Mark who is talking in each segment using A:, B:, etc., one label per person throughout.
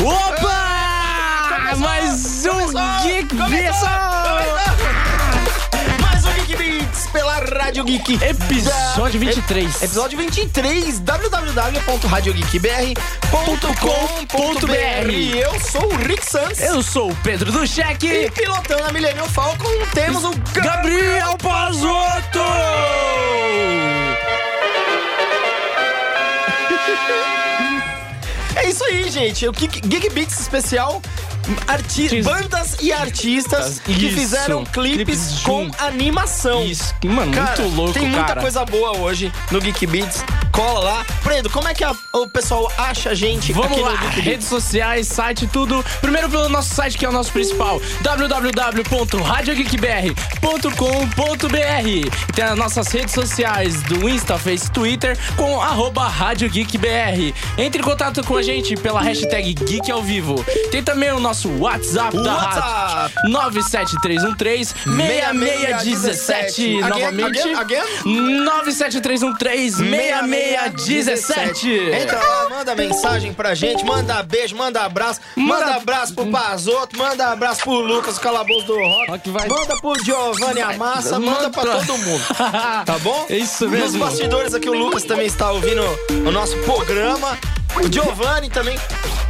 A: Opa! Ah, Mais um Geek
B: Mais um Geek Beats pela Rádio Geek.
A: Episódio 23.
B: Episódio 23, www.radiogeekbr.com.br Eu sou o Rick Santos.
A: Eu sou o Pedro do
B: E
A: Cheque.
B: pilotando a Millennium Falcon, temos o Gabriel.
A: Gabriel Pazotto!
B: É isso aí, gente. O Geek, Geek Beats especial. Arti
A: Artis-
B: Bandas e artistas
A: Isso.
B: que fizeram clipes
A: Clipes
B: com
A: junto.
B: animação.
A: Isso, mano,
B: Cara,
A: muito louco,
B: Tem muita
A: cara.
B: coisa boa hoje no Geek Beats. Cola lá. Predo, como é que a- o pessoal acha a gente
A: Vamos
B: aqui
A: lá,
B: no Geek Beats?
A: redes sociais, site, tudo. Primeiro pelo nosso site, que é o nosso principal, www.radiogeekbr.com.br. E Tem as nossas redes sociais do Insta, Face, Twitter, com arroba Rádio Geek BR. Entre em contato com a gente pela hashtag Geek ao Vivo. Tem também o nosso WhatsApp da
B: WhatsApp.
A: rádio, 97313 6617.
B: Again,
A: Novamente,
B: again, again?
A: 97313 6617.
B: Entra lá, manda mensagem pra gente, manda beijo, manda abraço, manda,
A: Manda-
B: abraço pro Pazoto, manda abraço pro Lucas Calabouço do Rock,
A: Rock vai-
B: manda pro Giovanni Amassa, manda pra todo mundo. Tá bom?
A: É isso
B: Nos
A: mesmo.
B: bastidores aqui o Lucas também está ouvindo o nosso programa. O Giovanni também.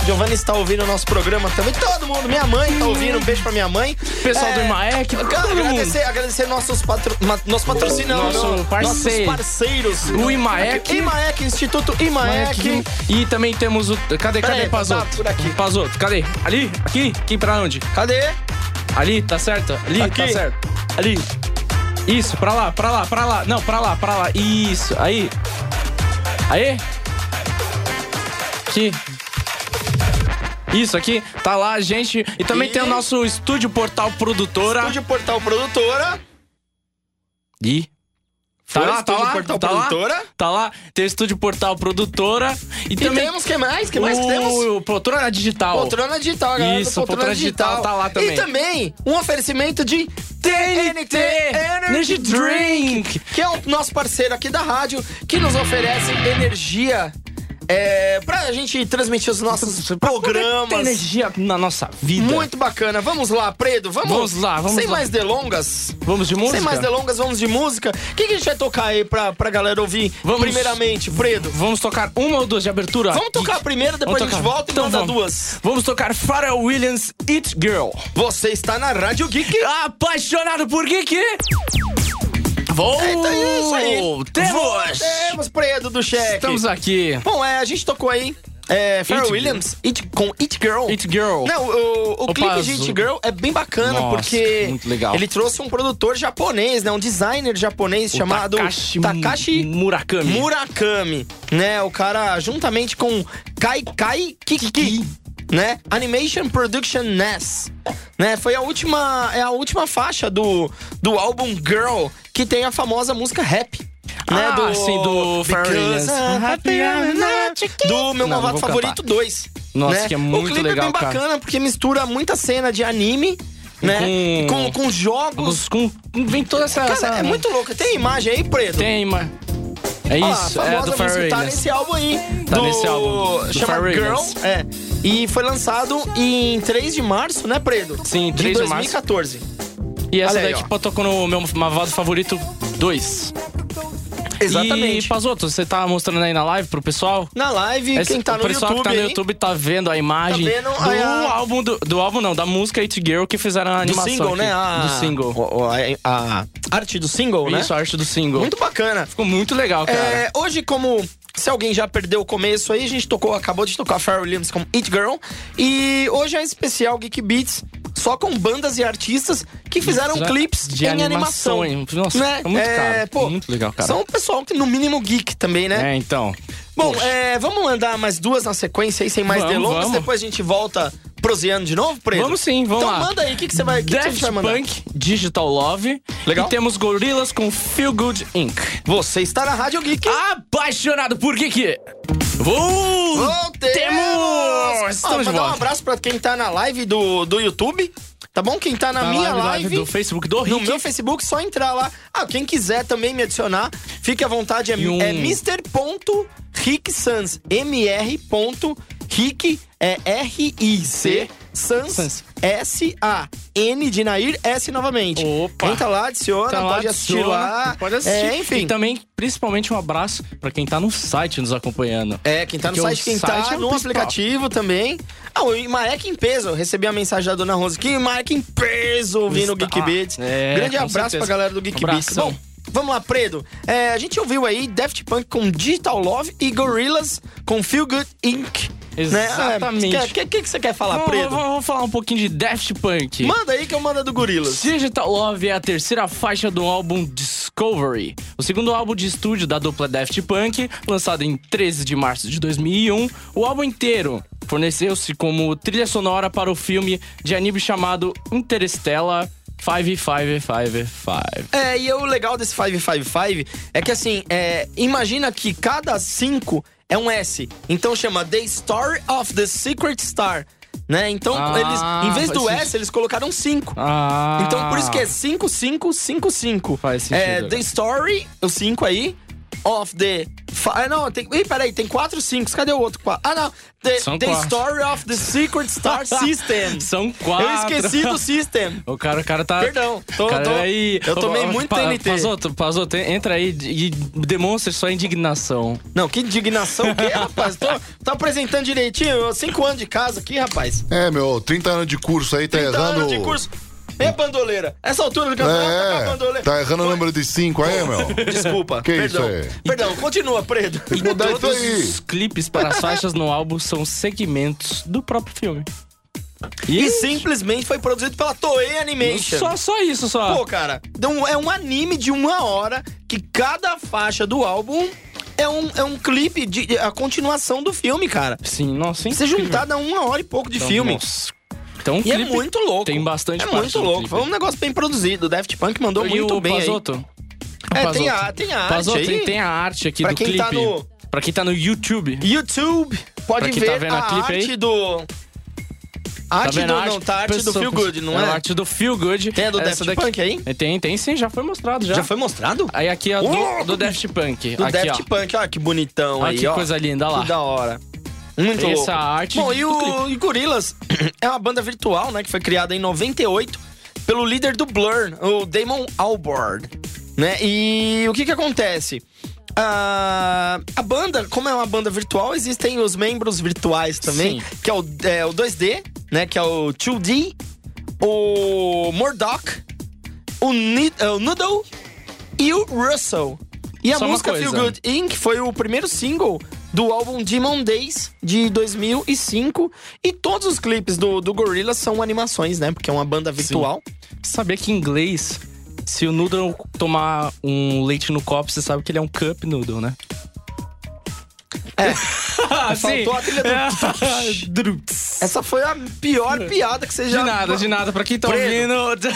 B: o Giovanni está ouvindo o nosso programa também. Todo mundo, minha mãe tá ouvindo. Um beijo pra minha mãe. É,
A: Pessoal do Imaec,
B: Cara,
A: todo mundo.
B: agradecer, agradecer nossos, patro, ma- nossos patrocínio, não,
A: Nosso
B: não, nossos
A: parceiro.
B: parceiros.
A: O Imaec.
B: Imaec, Instituto Imaec.
A: E também temos o. Cadê,
B: Pera
A: cadê
B: aí,
A: Pazoto?
B: tá por aqui.
A: Pazoto, cadê? Ali? Aqui? Aqui pra onde?
B: Cadê?
A: Ali, tá certo? Ali,
B: Aqui.
A: tá certo? Ali. Isso, pra lá, pra lá, pra lá. Não, pra lá, pra lá. Isso, aí. Aí. Aqui. Isso aqui, tá lá, gente. E também
B: E-
A: tem o nosso estúdio Portal Produtora.
B: Estúdio Portal Produtora.
A: E. Tá
B: Foi
A: lá, tá
B: Estúdio
A: lá,
B: Portal
A: tá
B: Produtora.
A: lá, tá lá, tem o Estúdio Portal Produtora e,
B: E
A: também
B: temos, que mais? que mais que
A: o
B: temos?
A: Poltrona Digital.
B: Poltrona Digital, a galera do
A: Isso, Poltrona Digital tá lá também.
B: E também um oferecimento de
A: TNT Energy Drink.
B: que é o nosso parceiro aqui da rádio, que nos oferece energia é, pra gente transmitir os nossos
A: Tem
B: programas.
A: energia na nossa vida.
B: Muito bacana. Vamos lá, Predo. Vamos,
A: Vamos lá, vamos
B: Sem
A: lá.
B: mais delongas.
A: Vamos de música?
B: Sem mais delongas, vamos de música. O que, que a gente vai tocar aí pra, pra galera ouvir
A: Vamos-
B: primeiramente, Predo?
A: Vamos tocar uma ou duas de abertura?
B: Vamos tocar a primeira, depois
A: Vamos
B: a gente
A: tocar.
B: volta e
A: Então
B: manda
A: vamos.
B: duas.
A: Vamos tocar Pharrell Williams It Girl.
B: Você está na Rádio Geek.
A: Apaixonado por geek? Vou!
B: Eita, é isso aí.
A: Temos!
B: Temos Predo do cheque.
A: Estamos aqui.
B: Bom, é, a gente tocou aí. É, Pharrell
A: It
B: Williams It- com It Girl.
A: It Girl.
B: Não, o, o
A: Opa,
B: clipe de It
A: azul.
B: Girl é bem bacana
A: Nossa,
B: porque
A: muito legal.
B: ele trouxe um produtor japonês, né? Um designer japonês chamado
A: Takashi,
B: Takashi
A: Murakami.
B: Murakami, né? O cara juntamente com Kai Kai Kiki, né? Animation Production NES, né? Foi a última é a última faixa do, do álbum Girl que tem a famosa música Rap. Né,
A: Ah, sim, do Pharrell Williams. Um
B: Because I'm happy I'm not a kid. Do meu
A: Não, não
B: malvado
A: vou
B: favorito 2.
A: Nossa,
B: né?
A: que é muito
B: O clipe é bem
A: legal, cara.
B: bacana porque mistura muita cena de anime, né? Com,
A: Com-
B: com jogos.
A: Os- com- Vem toda essa. essa-
B: Cara, é muito louco. Tem imagem aí, Preto?
A: Tem, mano. É
B: Olha lá,
A: isso,
B: a
A: é
B: famosa
A: do Pharrell
B: música tá
A: Williams.
B: nesse álbum aí.
A: Tá
B: do-
A: nesse álbum, do
B: Chama
A: Pharrell
B: Girl.
A: Williams.
B: É. E foi lançado em 3 de março, né, Predo?
A: Sim, 3 de março.
B: 2014.
A: E essa
B: Olha aí,
A: daqui
B: ó.
A: pô, tocou no meu Mavado Favorito 2.
B: Exatamente.
A: E, Pazoto, você tá mostrando aí na live pro pessoal?
B: Na live,
A: Esse-
B: quem tá no
A: o pessoal
B: YouTube,
A: que tá no
B: aí,
A: YouTube tá vendo a imagem
B: Tá vendo
A: do
B: aí a-
A: álbum, do, do álbum não, da música It Girl que fizeram a
B: do
A: animação
B: single,
A: aqui.
B: né? A,
A: Do single.
B: o- o- a, a arte do single, né?
A: Isso, a arte do single.
B: Muito bacana.
A: Ficou muito legal, cara.
B: É, hoje, como se alguém já perdeu o começo aí, a gente tocou, acabou de tocar Pharrell Williams com It Girl. E hoje é especial Geek Beats, só com bandas e artistas que fizeram
A: Já-
B: clipes
A: de
B: em
A: animação,
B: animação.
A: hein? Nossa,
B: né?
A: é muito
B: É,
A: caro.
B: pô,
A: Muito legal, cara.
B: São um pessoal que, no mínimo, geek também, né?
A: É, então.
B: Bom,
A: Poxa.
B: é, vamos mandar mais duas na sequência aí, sem mais
A: Vamos,
B: delongas.
A: vamos.
B: Depois a gente volta proseando de novo, Preto?
A: Vamos sim, vamos
B: então
A: lá.
B: Então manda aí, o que, que você vai, o que que a gente
A: Daft
B: vai mandar?
A: Punk, Digital Love.
B: Legal.
A: E temos Gorillaz com Feel Good Inc.
B: Você está na Rádio Geek.
A: Ah, Apaixonado por Geek. Vou! Temos!
B: Ó,
A: Estamos de
B: mandar um
A: volta.
B: abraço pra quem tá na live do, do YouTube, tá bom? Quem tá na
A: Na
B: minha live,
A: do Facebook do
B: no
A: Rick.
B: meu Facebook, só entrar lá. Ah, quem quiser também me adicionar,
A: um-
B: é fique à vontade, é,
A: E um-
B: é mr.ricksans, mr. Rick é R-I-C. Sans,
A: Sans.
B: S-A-N de Nair, S novamente.
A: Opa.
B: Entra lá, adiciona,
A: Tá lá,
B: pode assistir
A: adiciona,
B: lá.
A: Pode assistir.
B: É, enfim.
A: E também, principalmente, um abraço pra quem tá no site nos acompanhando.
B: É, quem tá no
A: Porque
B: site,
A: o
B: quem
A: site
B: tá
A: é o
B: no
A: principal.
B: aplicativo também. Ah, o Imaek em peso. Eu recebi a mensagem da dona Rosa aqui. Imaek em peso ouvindo o
A: Está.
B: Geek Beats.
A: É,
B: Grande
A: com
B: abraço pra
A: certeza.
B: galera do Geek Beats.
A: Abração.
B: Bom, vamos lá, Predo. É, a gente ouviu aí Daft Punk com Digital Love e Gorillaz com Feel Good Inc.
A: Exatamente.
B: O que, que, que você quer falar,
A: Vamos-
B: Predo?
A: Vamos, vamos falar um pouquinho de Daft Punk.
B: Manda aí que eu mando a do Gorillaz.
A: Digital Love é a terceira faixa do álbum Discovery, o segundo álbum de estúdio da dupla Daft Punk, lançado em 13 de março de 2001. O álbum inteiro forneceu-se como trilha sonora para o filme de anime chamado Interstellar 5555.
B: É, e o legal desse 555 é que assim, é, imagina que cada 5 é um S. Então chama The Story of the Secret Star. Né? Então,
A: Ah,
B: eles, em vez do
A: faz
B: S, eles colocaram 5.
A: Ah.
B: Então, por isso que é 5555.
A: Faz sentido
B: É,
A: agora.
B: The Story, o 5 aí, of the. fi- Ah, não, tem. Ih, peraí, tem 4 5. Cadê o outro? qua- Ah, não. The,
A: São
B: the
A: quatro.
B: Story of the Secret Star System.
A: São quatro.
B: Eu esqueci do System.
A: O cara, o cara tá.
B: Perdão, tô-
A: cara,
B: tô-
A: aí,
B: eu tomei muito TNT.
A: Pazoto, Pazoto, entra aí e demonstra sua indignação.
B: Não, que indignação que é, rapaz? Tô, tô apresentando direitinho, eu- cinco anos de casa aqui, rapaz.
C: É, meu, 30 anos de curso aí, tá
B: 30
C: errando.
B: anos de curso. É bandoleira. Essa altura do campeonato tá com a
C: É,
B: bandoleira.
C: tá errando o número de 5 aí, meu.
B: Desculpa,
C: Que
B: perdão.
C: isso aí?
B: Perdão, continua, Predo.
C: Tem que mudar isso
A: Todos
C: aí.
A: os clipes para as faixas no álbum são segmentos do próprio filme.
B: E simplesmente foi produzido pela Toei Animation.
A: só, só isso, só.
B: Pô, cara, então é um anime de uma hora que cada faixa do álbum é um, é um clipe de de- a continuação do filme, cara.
A: Sim, nossa, hein?
B: Você juntar dá uma hora e pouco de
A: Então,
B: filme.
A: nossa. Então, o
B: E é
A: clipe-
B: muito louco.
A: tem bastante
B: É
A: parte
B: muito
A: do
B: louco.
A: clipe.
B: Foi um negócio bem produzido. O Daft Punk mandou
A: E
B: muito
A: o
B: bem aí.
A: Pazoto? O
B: É, tem
A: Pazoto.
B: a, tem a arte
A: Pazoto,
B: aí.
A: tem- tem a arte aqui
B: Pra
A: do
B: quem
A: clipe.
B: tá no-
A: Pra quem tá no YouTube.
B: YouTube, pode
A: Pra quem
B: ver
A: tá vendo
B: a
A: a clipe aí.
B: arte do... A arte
A: vendo
B: do...
A: a arte?
B: Não, tá a arte do
A: Pessoa-
B: Feel Good, não
A: a
B: é?
A: arte do Feel Good.
B: Tem a do
A: Essa É,
B: Daft Punk aí?
A: Tem, tem sim, já foi mostrado já.
B: Já foi mostrado?
A: Aí aqui a do,
B: Oh!
A: do Daft Punk.
B: Do
A: aqui,
B: Daft
A: ó.
B: Punk, olha que bonitão
A: Olha
B: aí,
A: que
B: ó.
A: coisa linda, olha lá.
B: Que da hora. Muito
A: Essa é
B: louco.
A: arte
B: Bom,
A: do
B: e o e Gorillaz é uma banda virtual, né? Que foi criada em 98 pelo líder do Blur, o Damon Albarn. Né? E o que que acontece? Ah, a banda, como é uma banda virtual, existem os membros virtuais também,
A: Sim.
B: que é o, é o 2D, né? Que é o 2D, o Murdoch, o, Ni- é, o Noodle e o Russell. E a
A: Só uma
B: música
A: coisa.
B: Feel Good Inc. foi o primeiro single do álbum Demon Days de 2005. E todos os clipes do, do Gorillaz são animações, né? Porque é uma banda virtual.
A: Sabia que em inglês, se o noodle tomar um leite no copo, você sabe que ele é um cup noodle, né? É.
B: Faltou a trilha do-
A: Drups.
B: Essa foi a pior piada que você
A: É.
B: já...
A: De nada, de nada. Pra quem tá
B: Predo.
A: ouvindo.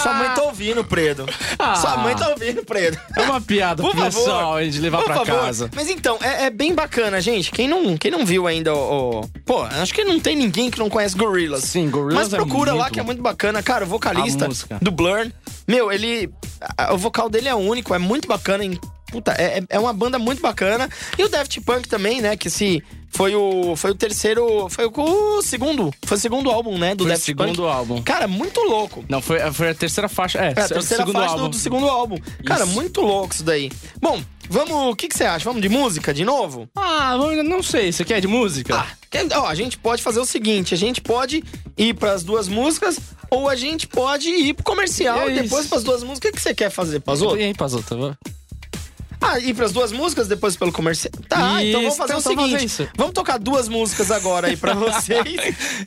B: Sua mãe tá ouvindo, Predo.
A: Ah.
B: Sua mãe tá ouvindo, Predo.
A: É uma piada pro
B: Por favor.
A: pessoal, hein, de levar
B: Por
A: pra
B: favor.
A: casa.
B: Mas então, é, é bem bacana, gente. Quem não, quem não viu ainda o, o- Pô, acho que não tem ninguém que não conhece Gorillaz.
A: Sim, Gorillaz
B: Mas
A: é
B: procura lá
A: muito
B: que é
A: bom.
B: muito bacana. Cara, o vocalista
A: A música.
B: do Blur, meu, ele... a- O vocal dele é único, é muito bacana. hein? Puta, é, é- é uma banda muito bacana. E o Daft Punk também, né? Que se... Foi o, foi o terceiro. Foi o, o segundo. Foi o segundo álbum, né? Do
A: Foi o
B: Daft
A: segundo
B: Punk.
A: álbum.
B: Cara, muito louco.
A: Não, foi, foi a terceira faixa. É, é
B: É, a
A: o
B: terceira
A: segundo
B: faixa do-
A: álbum.
B: Do, segundo álbum. Cara,
A: Isso.
B: muito louco isso daí. Bom, vamos. O que, que você acha? Vamos de música de novo?
A: Ah, vamos- não sei. Você quer de música?
B: Ah, que- ó, a gente pode fazer o seguinte: a gente pode ir pras duas músicas ou a gente pode ir pro comercial
A: É
B: e depois
A: isso.
B: pras duas músicas. O que, que você quer fazer, Pazoto?
A: E aí, Pazoto? vai.
B: Ah, ir pras duas músicas, depois pelo comercial. Tá, então vamos
A: Isso,
B: fazer
A: então
B: o
A: vamos fazer
B: seguinte:
A: isso.
B: vamos tocar duas músicas agora aí pra vocês.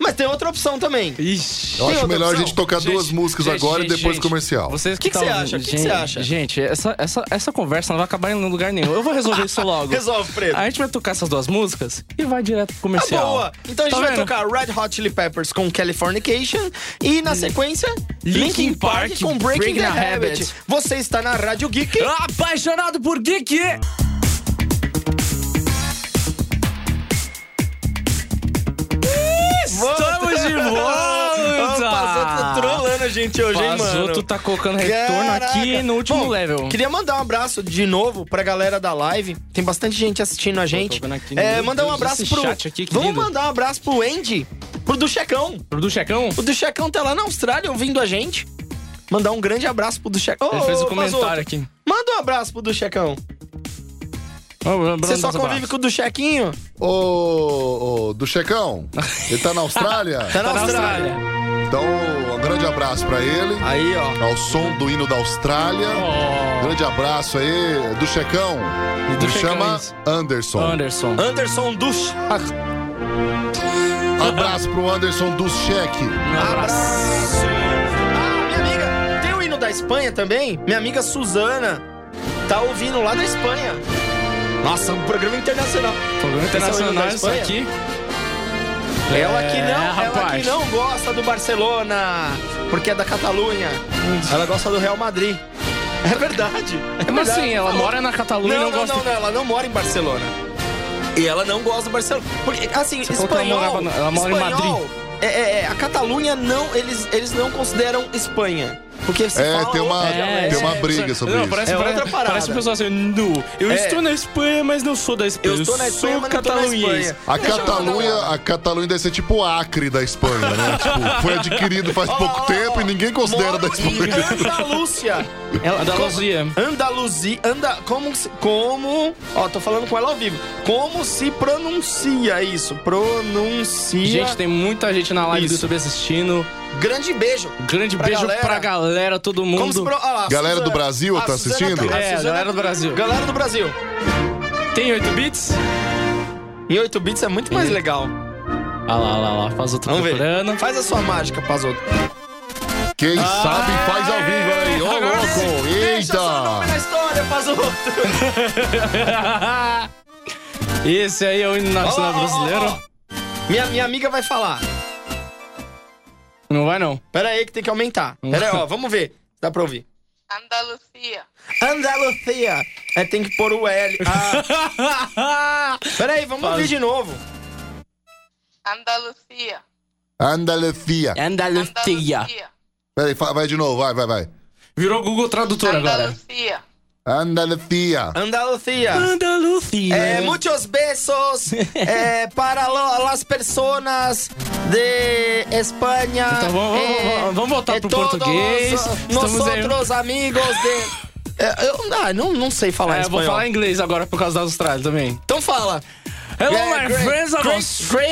B: Mas tem outra opção também.
A: Ixi.
C: Eu
B: Tem
C: acho
B: outra
C: melhor a
B: opção?
C: gente tocar
A: Gente,
C: duas músicas
A: gente,
C: agora
A: gente,
C: e depois
A: gente.
C: comercial.
A: Vocês
B: Que que
A: tá
B: você
A: ouvindo-
B: acha? Que que
A: gente,
B: você acha?
A: Gente, essa, essa, essa conversa não vai acabar em lugar nenhum. Eu vou resolver isso logo.
B: Resolve, Preto.
A: A gente vai tocar essas duas músicas e vai direto pro
B: Ah,
A: comercial.
B: boa! Então a gente
A: Tá
B: vai
A: vendo?
B: tocar Red Hot Chili Peppers com Californication e na sequência
A: Hum. Linkin
B: Linkin Park
A: Park
B: com Breaking,
A: Breaking
B: the,
A: the
B: Habit.
A: Habit.
B: Você está na Rádio Geek.
A: Apaixonado por geek! Estamos de volta!
B: Opa, você tá trolando a gente gente hoje, hein, mano?
A: Pazoto tá colocando retorno
B: Caraca.
A: aqui no último
B: Bom,
A: level.
B: Queria mandar um abraço de novo pra galera da live. Tem bastante gente assistindo a gente.
A: vendo aqui,
B: É,
A: meu
B: mandar um
A: Deus,
B: abraço
A: esse
B: pro.
A: chat aqui, que
B: Vamos
A: lindo.
B: mandar um abraço pro Andy, pro do Checão.
A: Do Checão?
B: O do Checão tá lá na Austrália ouvindo a gente. Mandar um grande abraço pro do Checão.
A: Ele fez
B: Ô,
A: um
B: ô,
A: comentário
B: Pazoto,
A: aqui.
B: Manda um abraço pro do Checão. Você só convive com o do Chequinho?
C: Ô, ô, do Checão, ele tá na Austrália?
B: Tá na
A: a
B: Austrália.
A: Austrália.
C: Então, um grande abraço pra ele.
B: Aí, ó.
C: Ao som do hino da Austrália. Um Grande abraço aí, do Checão.
A: do
C: Me
A: Checão,
C: chama
A: isso.
C: Anderson.
A: Anderson.
B: Anderson do. Ch-
A: Ah,
C: Abraço pro Anderson do Cheque.
A: Um abraço.
B: Ah, minha amiga, tem o hino da Espanha também? Minha amiga Suzana tá ouvindo lá da Espanha. Nossa, um programa internacional.
A: Programa
B: Esse é o hino
A: internacional
B: da
A: isso
B: Espanha?
A: aqui.
B: Ela que
A: É,
B: não, ela que
A: rapaz.
B: não gosta do Barcelona, porque é da Catalunha. Ela gosta do Real Madrid. É verdade. É
A: Hum. Como
B: verdade.
A: assim? Ela mora na Catalunha e
B: Não,
A: não
B: não,
A: gosta...
B: não, não, ela não mora em Barcelona. E ela não gosta do Barcelona. Porque, assim,
A: Você falou que ela
B: espanhol.
A: morava na- ela mora em
B: espanhol,
A: Madrid.
B: É, é, é, a Catalunha não, eles, eles não consideram Espanha. Porque se
C: É,
B: fala
C: tem uma-
B: outro
C: É,
B: dialeto.
C: tem uma briga sobre
A: não,
C: isso.
A: Parece,
B: Ah, É
A: parece,
B: outra parada.
A: Parece o pessoal assim, nu. Eu
B: É.
A: estou na Espanha, mas não sou da Espanha.
B: Eu estou na Espanha,
A: sou
B: mas não tô na
A: catalunhense.
B: Espanha.
C: A
B: Deixa eu mandar
C: Catalunha,
B: um-
C: a Catalunha deve ser tipo o Acre da Espanha, né? tipo, foi adquirido faz
B: Ó,
C: pouco
B: ó,
C: tempo
B: ó,
C: e ninguém considera
B: Moro
C: da Espanha.
B: em Andalúcia.
A: é
B: Ela-
A: Andaluzia.
B: Andaluzia. Anda, como, se- como. Ó, tô falando com ela ao vivo. Como se pronuncia isso? Pronuncia.
A: Gente, tem muita gente na live do
B: Isso.
A: YouTube assistindo.
B: grande beijo.
A: Grande
B: Pra
A: beijo
B: galera.
A: pra galera, todo
B: Como se
A: mundo.
B: pro... ó lá, a
C: Galera
B: Suzana-
C: do Brasil
B: a
C: tá
B: Suzana
C: assistindo?
B: a
A: É,
B: Suzana- tá
A: galera do Brasil.
B: Galera do Brasil.
A: Tem 8 bits?
B: Em 8 bits é muito mais legal.
A: Ah lá, ah lá, ah lá. Faz outro
B: Vamos ver.
A: procurando.
B: Faz a sua mágica, Pazoto.
C: Quem sabe faz ao vivo aí, ô
A: Agora
C: louco!
B: Ah, Deixa seu nome na
C: Eita!
B: história, Pazoto.
A: Esse aí é o hino
B: Ó lá,
A: nacional
B: ó, ó,
A: brasileiro.
B: ó. Minha, minha amiga vai falar.
A: Não vai não.
B: Pera aí que tem que aumentar. Pera aí, ó, vamos ver. Dá pra ouvir.
D: Andalucia.
B: Andalucia. É, tem que pôr o L. Ah, pera aí, vamos ouvir de novo.
D: Andalucia.
C: Andalucia.
A: Andalucia.
D: Andalucia.
C: Peraí, fa- vai de novo, vai, vai, vai.
A: Virou Google Tradutor agora.
D: Andalucia.
C: Andalucia.
B: Andalucia.
A: Andalucia.
B: É, muitos besos é, para lo- las personas de Espanha.
A: Então vamos- vamos-
B: É,
A: vamos- vamos voltar
B: é
A: pro
B: todos
A: português. Estamos
B: Nós
A: aí.
B: outros amigos de. É, eu ah, não, não sei falar
A: É, eu vou
B: espanhol.
A: falar inglês agora por causa da Austrália também.
B: Então fala.
A: Hello, my
B: Yeah, great,
A: friends of
B: great.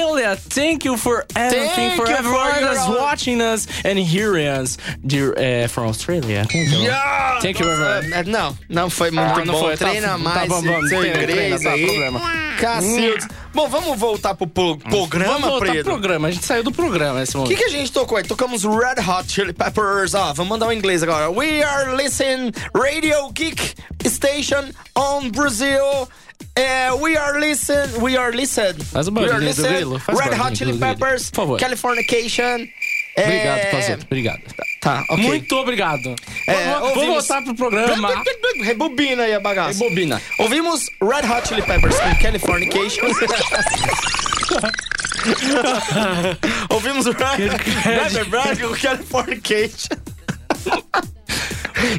A: Australia. Thank you for everything,
B: Thank
A: for
B: you for
A: everyone
B: your-
A: that's watching us and hearing us dear, eh, from Australia. é? Thank you.
B: Yeah!
A: Thank you, everyone.
B: É, Não, não foi muito
A: Ah, não
B: bom.
A: foi, tá-
B: treina
A: tá
B: mais
A: bom, vamos,
B: seu
A: treina,
B: inglês
A: treina, tá,
B: aí.
A: problema. Hum.
B: Cacildes. Bom, vamos voltar pro, pro- programa,
A: Vamos voltar pro
B: Preto?
A: tá programa. A gente saiu do programa nesse
B: O que,
A: momento.
B: que a gente tocou aí? Tocamos Red Hot Chili Peppers. Ó, vamos mandar um inglês agora. We are listening Radio Geek Station on Brazil. Eh, we are listen, we are listen.
A: Faz o
B: we
A: barulhinho
B: are
A: do
B: listen.
A: grilo, faz o
B: Red Hot
A: barulhinho
B: Chili
A: do grilo,
B: Peppers,
A: por favor.
B: Californication. Eh,
A: Obrigado, Pazoto. Obrigado.
B: Tá, ok.
A: Muito obrigado.
B: É,
A: Vou- vou, vou
B: ouvimos-
A: voltar pro programa.
B: Rebobina aí a bagaça.
A: Rebobina.
B: Ouvimos Red Hot Chili Peppers com Californication. Ouvimos Red Red Hot Band com Californication.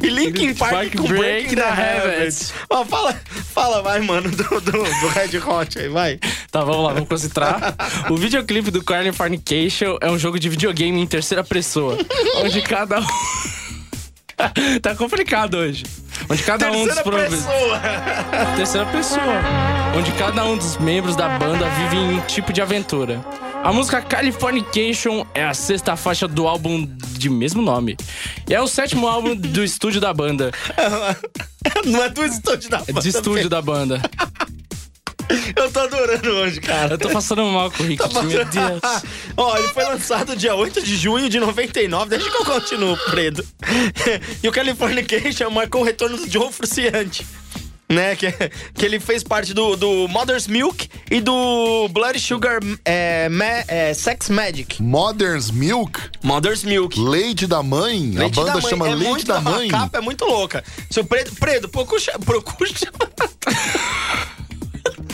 B: E Linkin Park
A: Park
B: com Break
A: Breaking
B: the
A: the
B: Habit.
A: Habit.
B: Ó, fala, fala, vai, mano, do, do, do Red Hot aí, vai.
A: Tá, vamos lá, vamos concentrar. O videoclipe do Carne Fornication é um jogo de videogame em terceira pessoa, onde cada um. tá complicado hoje. Onde cada um dos
B: Terceira
A: provis-
B: pessoa.
A: Terceira pessoa. Onde cada um dos membros da banda vive em um tipo de aventura. A música Californication é a sexta faixa do álbum de mesmo nome. E é o sétimo álbum do estúdio da banda.
B: Não é do estúdio da
A: De estúdio da banda.
B: Eu tô adorando hoje, cara.
A: Eu tô passando mal com o
B: Tá
A: Rick. Meu Deus.
B: Ó, ele foi lançado dia 8 de junho de 99. Deixa que eu continuo, Fredo. e o Californication marcou o retorno do Joe Fruciante. Né, que, que ele fez parte do, do Mother's Milk e do Blood Sugar é, Ma- é, Sex Magic.
C: Modern's Milk,
B: Mother's Milk.
C: Leite da Mãe.
B: Leite
C: a banda
B: da Mãe.
C: chama
B: É
C: Leite
B: muito-
C: da Mãe.
B: A capa é muito louca. Se o Predo, Predo procura, procura,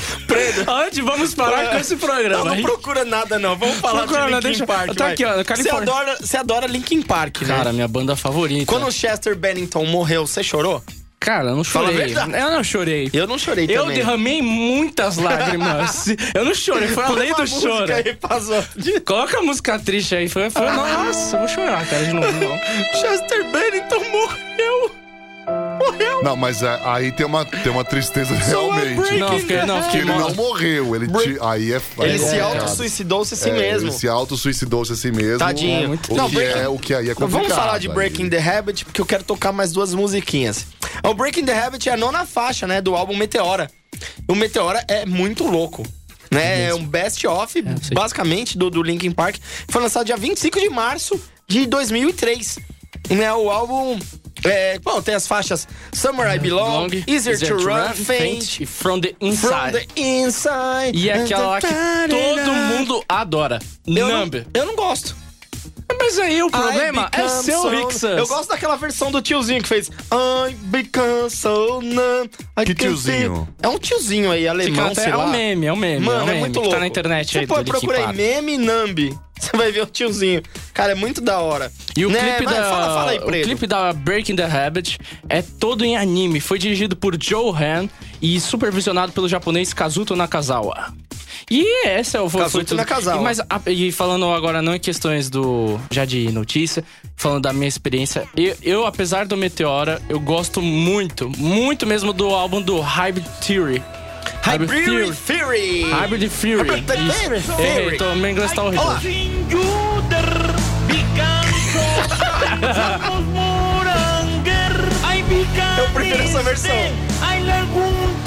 B: sofrendo.
A: Antes, vamos parar com esse
B: Não,
A: programa.
B: não
A: hein?
B: procura nada, não. Vamos falar
A: Procura,
B: de
A: não,
B: Linkin
A: deixa-
B: Park.
A: tá
B: vai.
A: aqui, ó,
B: Você
A: Califórnia.
B: adora, você adora Linkin Park, né?
A: Cara, minha banda favorita.
B: Quando o Chester Bennington morreu, você chorou?
A: Cara, eu não
B: Fala a
A: chorei.
B: verdade.
A: Eu não chorei.
B: Eu não chorei
A: Eu
B: também.
A: derramei muitas lágrimas. eu não chorei, foi além do choro. Coloca a música triste aí. Foi, foi, nossa, eu vou chorar, cara, de novo. Não.
B: Chester Bennington morreu. Morreu.
C: Não, mas é, aí tem uma, tem uma tristeza realmente.
B: breaking
A: Não, fiquei, não,
C: Que
A: fiquei
C: ele não
A: mal.
C: morreu, ele te, aí
B: Ele
C: é aí é
B: se
C: complicado.
B: auto-suicidou-se a si
C: É,
B: mesmo.
C: Ele se auto-suicidou-se a si mesmo.
B: Tadinho.
C: O,
B: Não,
C: que
B: Breaking-
C: é, o que aí é complicado.
B: Vamos falar de
C: aí.
B: Breaking the Habit, porque eu quero tocar mais duas musiquinhas. O Breaking the Habit é a nona faixa, né, do álbum Meteora. O Meteora é muito louco. Né? É um best-of,
A: sei.
B: basicamente, do, do Linkin Park. Foi lançado dia 25 de março de 2003. Né? O álbum... É, bom, tem as faixas Summer
A: É,
B: I
A: Oh,
B: Belong, Easier, to, Run, Faint,
A: e From the
B: From
A: Inside.
B: the Inside...
A: E é aquela lá que todo mundo adora.
B: Eu não,
A: Number.
B: eu não gosto.
A: Mas aí o problema é
B: I become
A: seu,
B: so-
A: Rixas.
B: Eu gosto daquela versão do tiozinho que fez I become so numb. I
C: Que
B: can't
C: tiozinho?
B: feel- É um tiozinho aí, alemão, sei
A: é
B: lá.
A: um meme, é um meme. é, um
B: Mano, é,
A: meme,
B: muito
A: que
B: louco.
A: Tá na internet
B: Você
A: aí,
B: pode
A: do Linkin
B: procurar aí,
A: Park.
B: meme Nambi. Você vai ver o tiozinho. Cara, é muito da hora.
A: E o
B: Né?
A: clipe
B: Vai,
A: da
B: Fala, fala aí,
A: o
B: Preto.
A: clipe da Breaking the Habit é todo em anime. Foi dirigido por Joe Han e supervisionado pelo japonês Kazuto Nakazawa. E essa é o foi-
B: Kazuto
A: foi tudo.
B: Nakazawa.
A: E, mas a- e falando agora não em questões do já de notícia, falando da minha experiência, eu, eu, apesar do Meteora, eu gosto muito, muito mesmo do álbum do Hybrid Theory.
B: Hybrid Theory.
A: Hybrid Theory.
B: Hybrid Theory.
A: Isso. Errei, tô- meu inglês tá horrível.
B: Olá. Eu prefiro essa versão.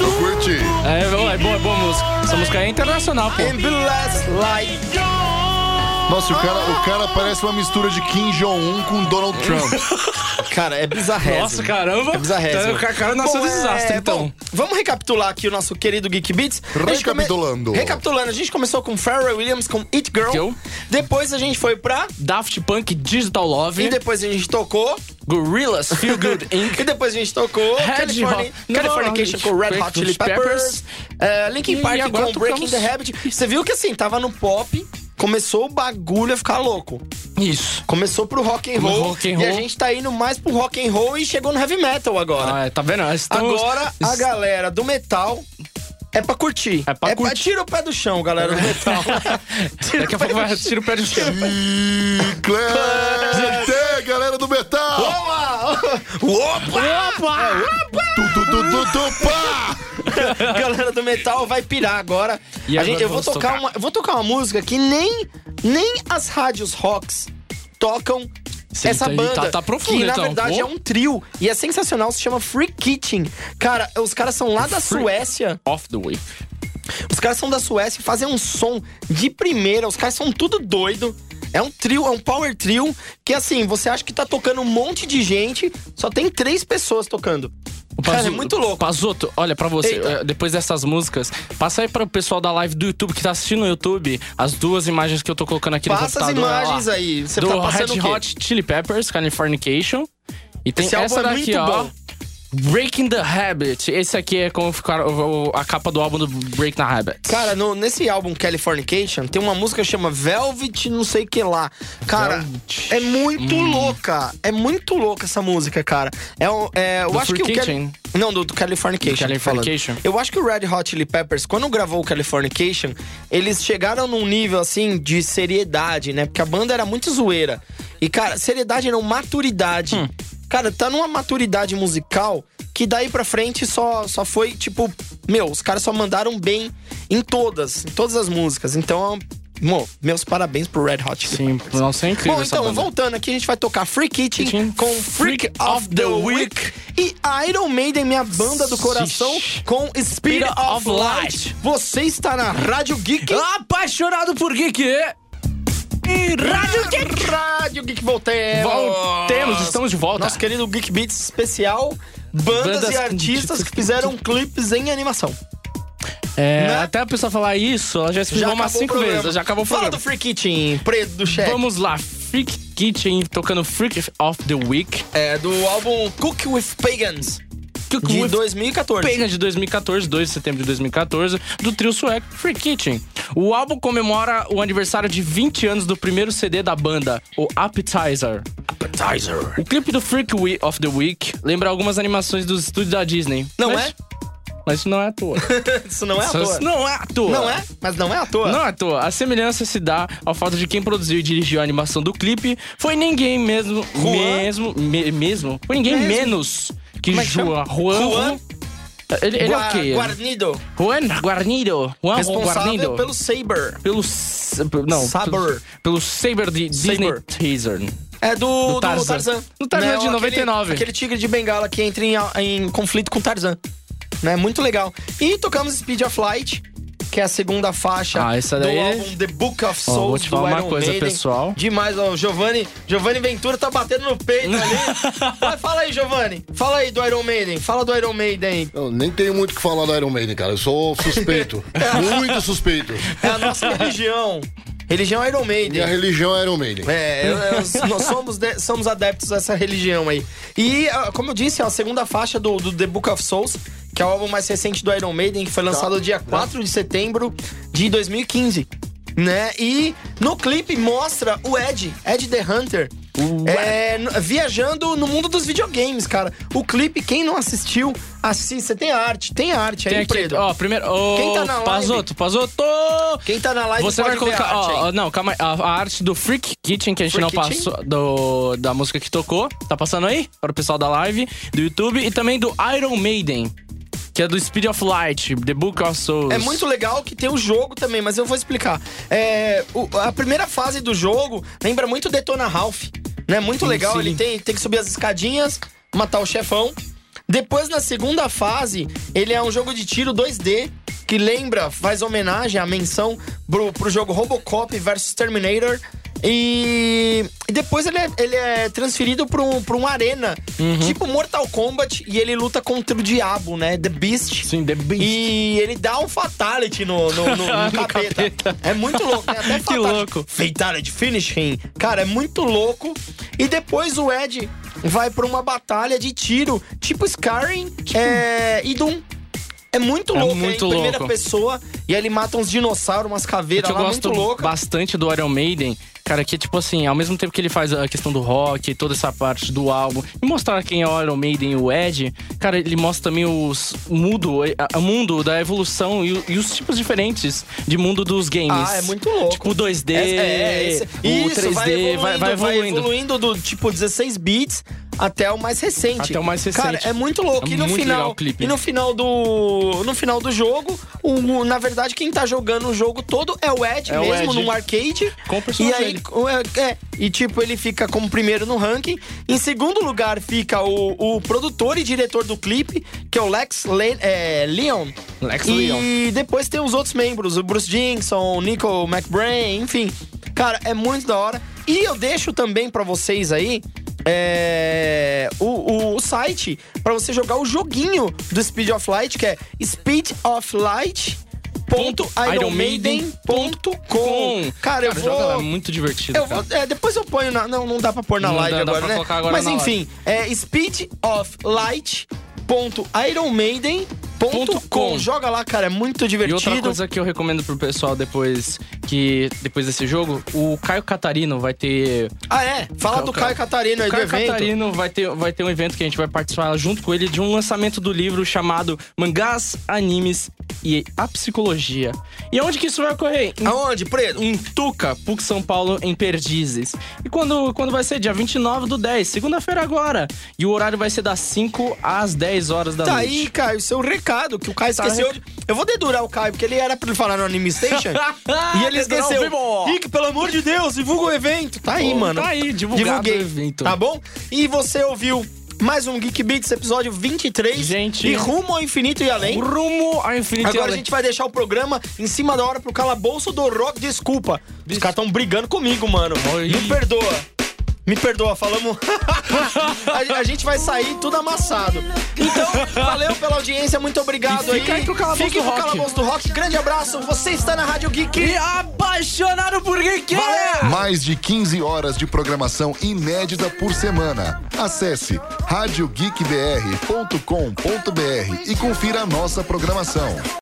C: Eu curti.
A: É, é boa, é boa música. Essa música é internacional, pô.
B: And be less like
C: Nossa, o cara, o cara parece uma mistura de Kim Jong-un com Donald Trump.
B: Cara, é bizarrésimo.
A: Nossa, caramba.
B: É bizarrésimo.
A: Então, o cara nasceu
B: Bom,
A: desastre,
B: é,
A: então.
B: bom, vamos recapitular aqui o nosso querido Geek Beats. A gente come-
C: Recapitulando.
B: Recapitulando. A gente começou com Pharrell Williams, com It Girl.
A: Girl.
B: Depois a gente foi pra...
A: Daft Punk Digital Love,
B: E depois a gente tocou...
A: Gorillaz Feel Good Inc.
B: E depois a gente tocou...
A: Red
B: California,
A: Hot- não,
B: Californication
A: não,
B: com Red
A: Red
B: Hot Chili
A: Hot
B: Peppers.
A: Peppers.
B: eh, Linkin
A: E
B: Park
A: agora
B: com Breaking
A: tocamos-
B: the Habit. Você viu que assim, tava no pop... Começou o bagulho a ficar louco.
A: Isso.
B: Começou pro rock and roll,
A: rock and
B: e a
A: roll.
B: gente tá indo mais pro rock and roll e chegou no heavy metal agora.
A: Ah, é, tá vendo? Nós estamos-
B: Agora a galera do metal é pra curtir.
A: É pra curtir.
B: tira o pé do chão, galera do metal. Tira
A: Daqui
B: o
A: a
B: pé
A: pouco
B: do
A: vai
B: chão.
A: tirar o pé do chão.
C: Chiclete, galera do metal!
B: Opa!
C: Tu, tu, tu, tu, tu, pá!
B: A galera do metal vai pirar agora.
A: E
B: A
A: agora
B: gente- eu vou
A: vamos
B: tocar,
A: tocar.
B: Uma, eu vou tocar uma música que nem, nem as rádios rocks tocam essa
A: tá-
B: banda.
A: tá- tá profundo,
B: que na
A: então.
B: verdade
A: Pô.
B: é um trio e é sensacional, se chama Free Kitchen. Cara, os caras são lá da
A: Free-
B: Suécia.
A: Off the way.
B: Os caras são da Suécia e fazem um som de primeira. Os caras são tudo doido. É um trio, é um power trio que assim, você acha que tá tocando um monte de gente, só tem três pessoas tocando.
A: O
B: Cara,
A: Pazu-
B: é muito louco.
A: Pazuto, olha, pra você,
B: Eita.
A: eh, depois dessas músicas, passa aí pro pessoal da live do YouTube que tá assistindo no YouTube as duas imagens que eu tô colocando aqui no
B: Passa as
A: computador. olha
B: imagens
A: lá.
B: aí. Você
A: né? do
B: tá passando
A: Red
B: o quê?
A: Hot Chili Peppers, Californication. E tem
B: Esse álbum
A: essa
B: é muito
A: daqui, ó.
B: bom.
A: Breaking the Habit. Esse aqui é como ficar o- o- a capa do álbum do Breaking the Habit.
B: Cara, no- nesse álbum Californication tem uma música que chama Velvet não sei que lá. Cara,
A: Velvet. Hum.
B: é muito louca. É muito louca essa música, cara. É, um- é, eu
A: Do
B: acho que
A: Free
B: o Cali-
A: Kitchen?
B: Não, do, do Californication.
A: Do
B: tô falando.
A: Californication?
B: Eu acho que o Red Hot Chili Peppers, quando gravou o Californication, eles chegaram num nível assim de seriedade, né? Porque a banda era muito zoeira. E, cara, seriedade não, maturidade. Cara, tá numa maturidade musical que daí pra frente só, só foi tipo. Meu, os caras só mandaram bem em todas, em todas as músicas. Então, mo, meus parabéns pro Red Hot Chili
A: Sim, nossa, é incrível
B: Bom,
A: essa
B: então,
A: banda.
B: voltando aqui, a gente vai tocar Free Kitchen,
A: Kitchen.
B: com Freak, of the Week e Iron Maiden, minha banda do coração,
A: Ixi.
B: com Speed
A: Speed
B: of
A: of
B: Light.
A: Light.
B: Você está na Rádio Geek.
A: Apaixonado por geek e rádio geek.
B: Rádio Geek voltemos.
A: Voltemos, estamos de volta.
B: Nosso querido Geek Beats especial, bandas,
A: Bandas
B: e artistas que fizeram clipes em animação.
A: É,
B: Né?
A: Até a pessoa falar isso, ela já explicou umas
B: acabou o
A: cinco
B: programa.
A: vezes. Já acabou o
B: Fala
A: programa.
B: do Free Kitchen, preto do chefe.
A: Vamos lá, Freak Kitchen tocando Freak of the Week.
B: É do álbum Cook with Pagans.
A: que
B: De
A: foi
B: 2014.
A: Penga de 2014, 2 de setembro de 2014, do trio sueco Free Kitchen. O álbum comemora o aniversário de 20 anos do primeiro CD da banda, o Appetizer. O clipe do Freak We- of the Week lembra algumas animações dos estúdios da Disney.
B: Não
A: Mas-
B: é?
A: Mas isso não é à toa.
B: Isso não é à toa.
A: Isso não é à toa.
B: Não é? Mas não é à toa.
A: Não é à toa. A semelhança se dá ao fato de quem produziu e dirigiu a animação do clipe foi ninguém mesmo.
B: Juan?
A: Mesmo. me- mesmo. Foi ninguém
B: Mesmo.
A: menos que
B: Como é que
A: Juan. Juan.
B: Juan?
A: Ele, ele é
B: Gua-
A: o quê?
B: Guarnido.
A: Juan Guarnido. Juan
B: Responsável
A: Guarnido.
B: pelo Saber.
A: Pelo s- não,
B: Saber.
A: Pelo, pelo Saber de Disney
B: Saber.
A: Teaser.
B: É do, do Tarzan.
A: Tarzan. Do Tarzan de
B: aquele-
A: 99.
B: Aquele, tigre de bengala que entra em, em conflito com Tarzan. Né? Muito legal. E tocamos Speed of Light, que é a segunda faixa
A: Ah, essa daí-
B: do álbum The Book of
A: Ó,
B: Souls.
A: vou te falar
B: do
A: uma
B: Iron
A: coisa,
B: Maiden.
A: pessoal.
B: Demais, ó. O Giovanni, Giovanni Ventura tá batendo no peito ali. Vai, fala aí, Giovanni. Fala aí do Iron Maiden. Fala do Iron Maiden.
C: Eu nem tenho muito o que falar do Iron Maiden, cara. Eu sou suspeito. muito suspeito.
B: É a nossa religião. Religião Iron Maiden.
C: Minha religião é Iron Maiden.
B: É, eu- eu- nós somos, de- somos adeptos dessa religião aí. E, ah, como eu disse, é a segunda faixa do, do The Book of Souls, que é o álbum mais recente do Iron Maiden, que foi lançado
A: Tá.
B: dia 4 de setembro de 2015. Né? E no clipe mostra o Ed, Ed the Hunter, é, n- viajando no mundo dos videogames, cara. O clipe, quem não assistiu, assista. Tem arte, tem arte
A: Tem
B: aí,
A: aqui,
B: Pedro.
A: ó, primeiro. Ô,
B: é Quem tá na live?
A: Pazoto, Pazoto!
B: Quem tá na live
A: Você vai
B: pode ver
A: colocar.
B: a
A: Ó,
B: arte aí.
A: ó, não, calma aí. A, a arte do Freak Kitchen que a gente
B: Freak
A: não
B: Kitchen?
A: passou. Do, da música que tocou. Tá passando aí? Para o pessoal da live, do YouTube. E também do Iron Maiden. Que é do Speed of Light, The Book of Souls.
B: É muito legal que tem o jogo também, mas eu vou explicar. É, o- a primeira fase do jogo lembra muito Detona Ralph, né? Muito legal,
A: sim.
B: ele tem, tem que subir as escadinhas, matar o chefão. Depois, na segunda fase, ele é um jogo de tiro 2D, que lembra, faz homenagem à menção pro, pro jogo Robocop versus Terminator. E, e depois ele é, ele é transferido pra, um, pra uma arena,
A: Uhum.
B: tipo Mortal Kombat, e ele luta contra o diabo, né? The Beast.
A: Sim, The Beast.
B: E ele dá um fatality no, no, no- no
A: No
B: capeta.
A: capeta.
B: É muito louco. Tem até
A: Que
B: fatality.
A: louco.
B: Fatality, finish him. Cara, é muito louco. E depois o Ed vai pra uma batalha de tiro, tipo Skyrim é, e Doom. É muito
A: É
B: louco, é
A: muito
B: em primeira
A: louco.
B: pessoa. E aí ele mata uns dinossauros, umas
A: O
B: caveiras
A: que eu
B: lá,
A: gosto
B: muito louca.
A: bastante do Iron Maiden, cara, que é tipo assim, ao mesmo tempo que ele faz a questão do rock, toda essa parte do álbum, e mostrar quem é o Iron Maiden e o Ed, cara, ele mostra também os mundo, a- o mundo da evolução e, o- e os tipos diferentes de mundo dos games.
B: Ah, é muito louco.
A: Tipo o 2D,
B: É, é, esse-
A: o
B: isso,
A: 3D,
B: vai evoluindo,
A: vai, vai evoluindo.
B: do tipo 16 bits até o mais recente.
A: Até o mais recente.
B: Cara, é muito louco.
A: É
B: e no
A: muito
B: final,
A: legal o clipe.
B: e no final do no final do jogo, o- o- na verdade quem tá jogando o jogo todo é o Ed
A: É o
B: mesmo
A: Ed.
B: num arcade.
A: Com o personagem
B: e aí
A: dele.
B: o- é, é, e tipo ele fica como primeiro no ranking. Em segundo lugar fica o, o produtor e diretor do clipe, que é o Lex Le, é, Leon.
A: Lex
B: e
A: Leon.
B: e depois tem os outros membros, o Bruce Dickinson, o Nico McBrain, enfim. Cara, é muito da hora. E eu deixo também pra vocês aí é, o, o- o site pra você jogar o joguinho do Speed of Light, que é speedoflight.ironmaiden.com. Cara, eu
A: joga lá, é
B: vou.
A: muito divertido,
B: Eu
A: cara.
B: vou é, depois eu ponho na. Não, não dá pra pôr na
A: Não
B: live
A: dá- dá
B: agora,
A: pra
B: né?
A: colocar agora
B: Mas
A: na
B: enfim, é speedoflight.ironmaiden.com. Joga lá, cara, é muito
A: E
B: divertido.
A: outra coisa que eu recomendo pro pessoal depois que depois desse jogo, o Caio Catarino vai ter
B: Ah, é? Fala
A: Ca-
B: do
A: ca-
B: Caio Catarino aí
A: O Caio
B: do evento.
A: Catarino vai ter, vai ter um evento que a gente vai participar junto com ele de um lançamento do livro chamado Mangás, Animes e a Psicologia. E onde que isso vai ocorrer? Em,
B: Aonde, Preto?
A: em Tuca, PUC São Paulo, em Perdizes. E quando, quando vai ser? Dia 29 do 10, segunda-feira agora. E o horário vai ser das 5 às 10 horas da
B: Tá
A: noite.
B: aí, Caio, seu recado, que o Caio
A: Tá
B: esqueceu de... Eu vou dedurar o Caio, porque ele era pra ele falar no Anime Station. e ele
A: Dedurar
B: esqueceu.
A: Tá ao vivo.
B: Rick, pelo amor de Deus, divulga o evento. Tá aí,
A: Pô,
B: mano.
A: tá aí, divulgado o evento.
B: Tá bom? E você ouviu mais um Geek Beats, episódio 23.
A: Gente.
B: E rumo ao infinito e além.
A: Rumo ao infinito. e
B: Agora a
A: além.
B: gente vai deixar o programa em cima da hora pro calabouço do rock. Desculpa. Os caras tão brigando comigo, mano.
A: Oi.
B: Me perdoa. Me perdoa, falamos. a, a gente vai sair tudo amassado. Então, valeu pela audiência, muito obrigado
A: E fica aí com o Calabouço
B: Fique
A: do
B: com o
A: Rock.
B: Calabouço do Rock. Grande abraço, você está na Rádio Geek.
A: E apaixonado por é? Geek!
C: Mais de 15 horas de programação inédita por semana. Acesse radiogeekbr.com.br e confira a nossa programação.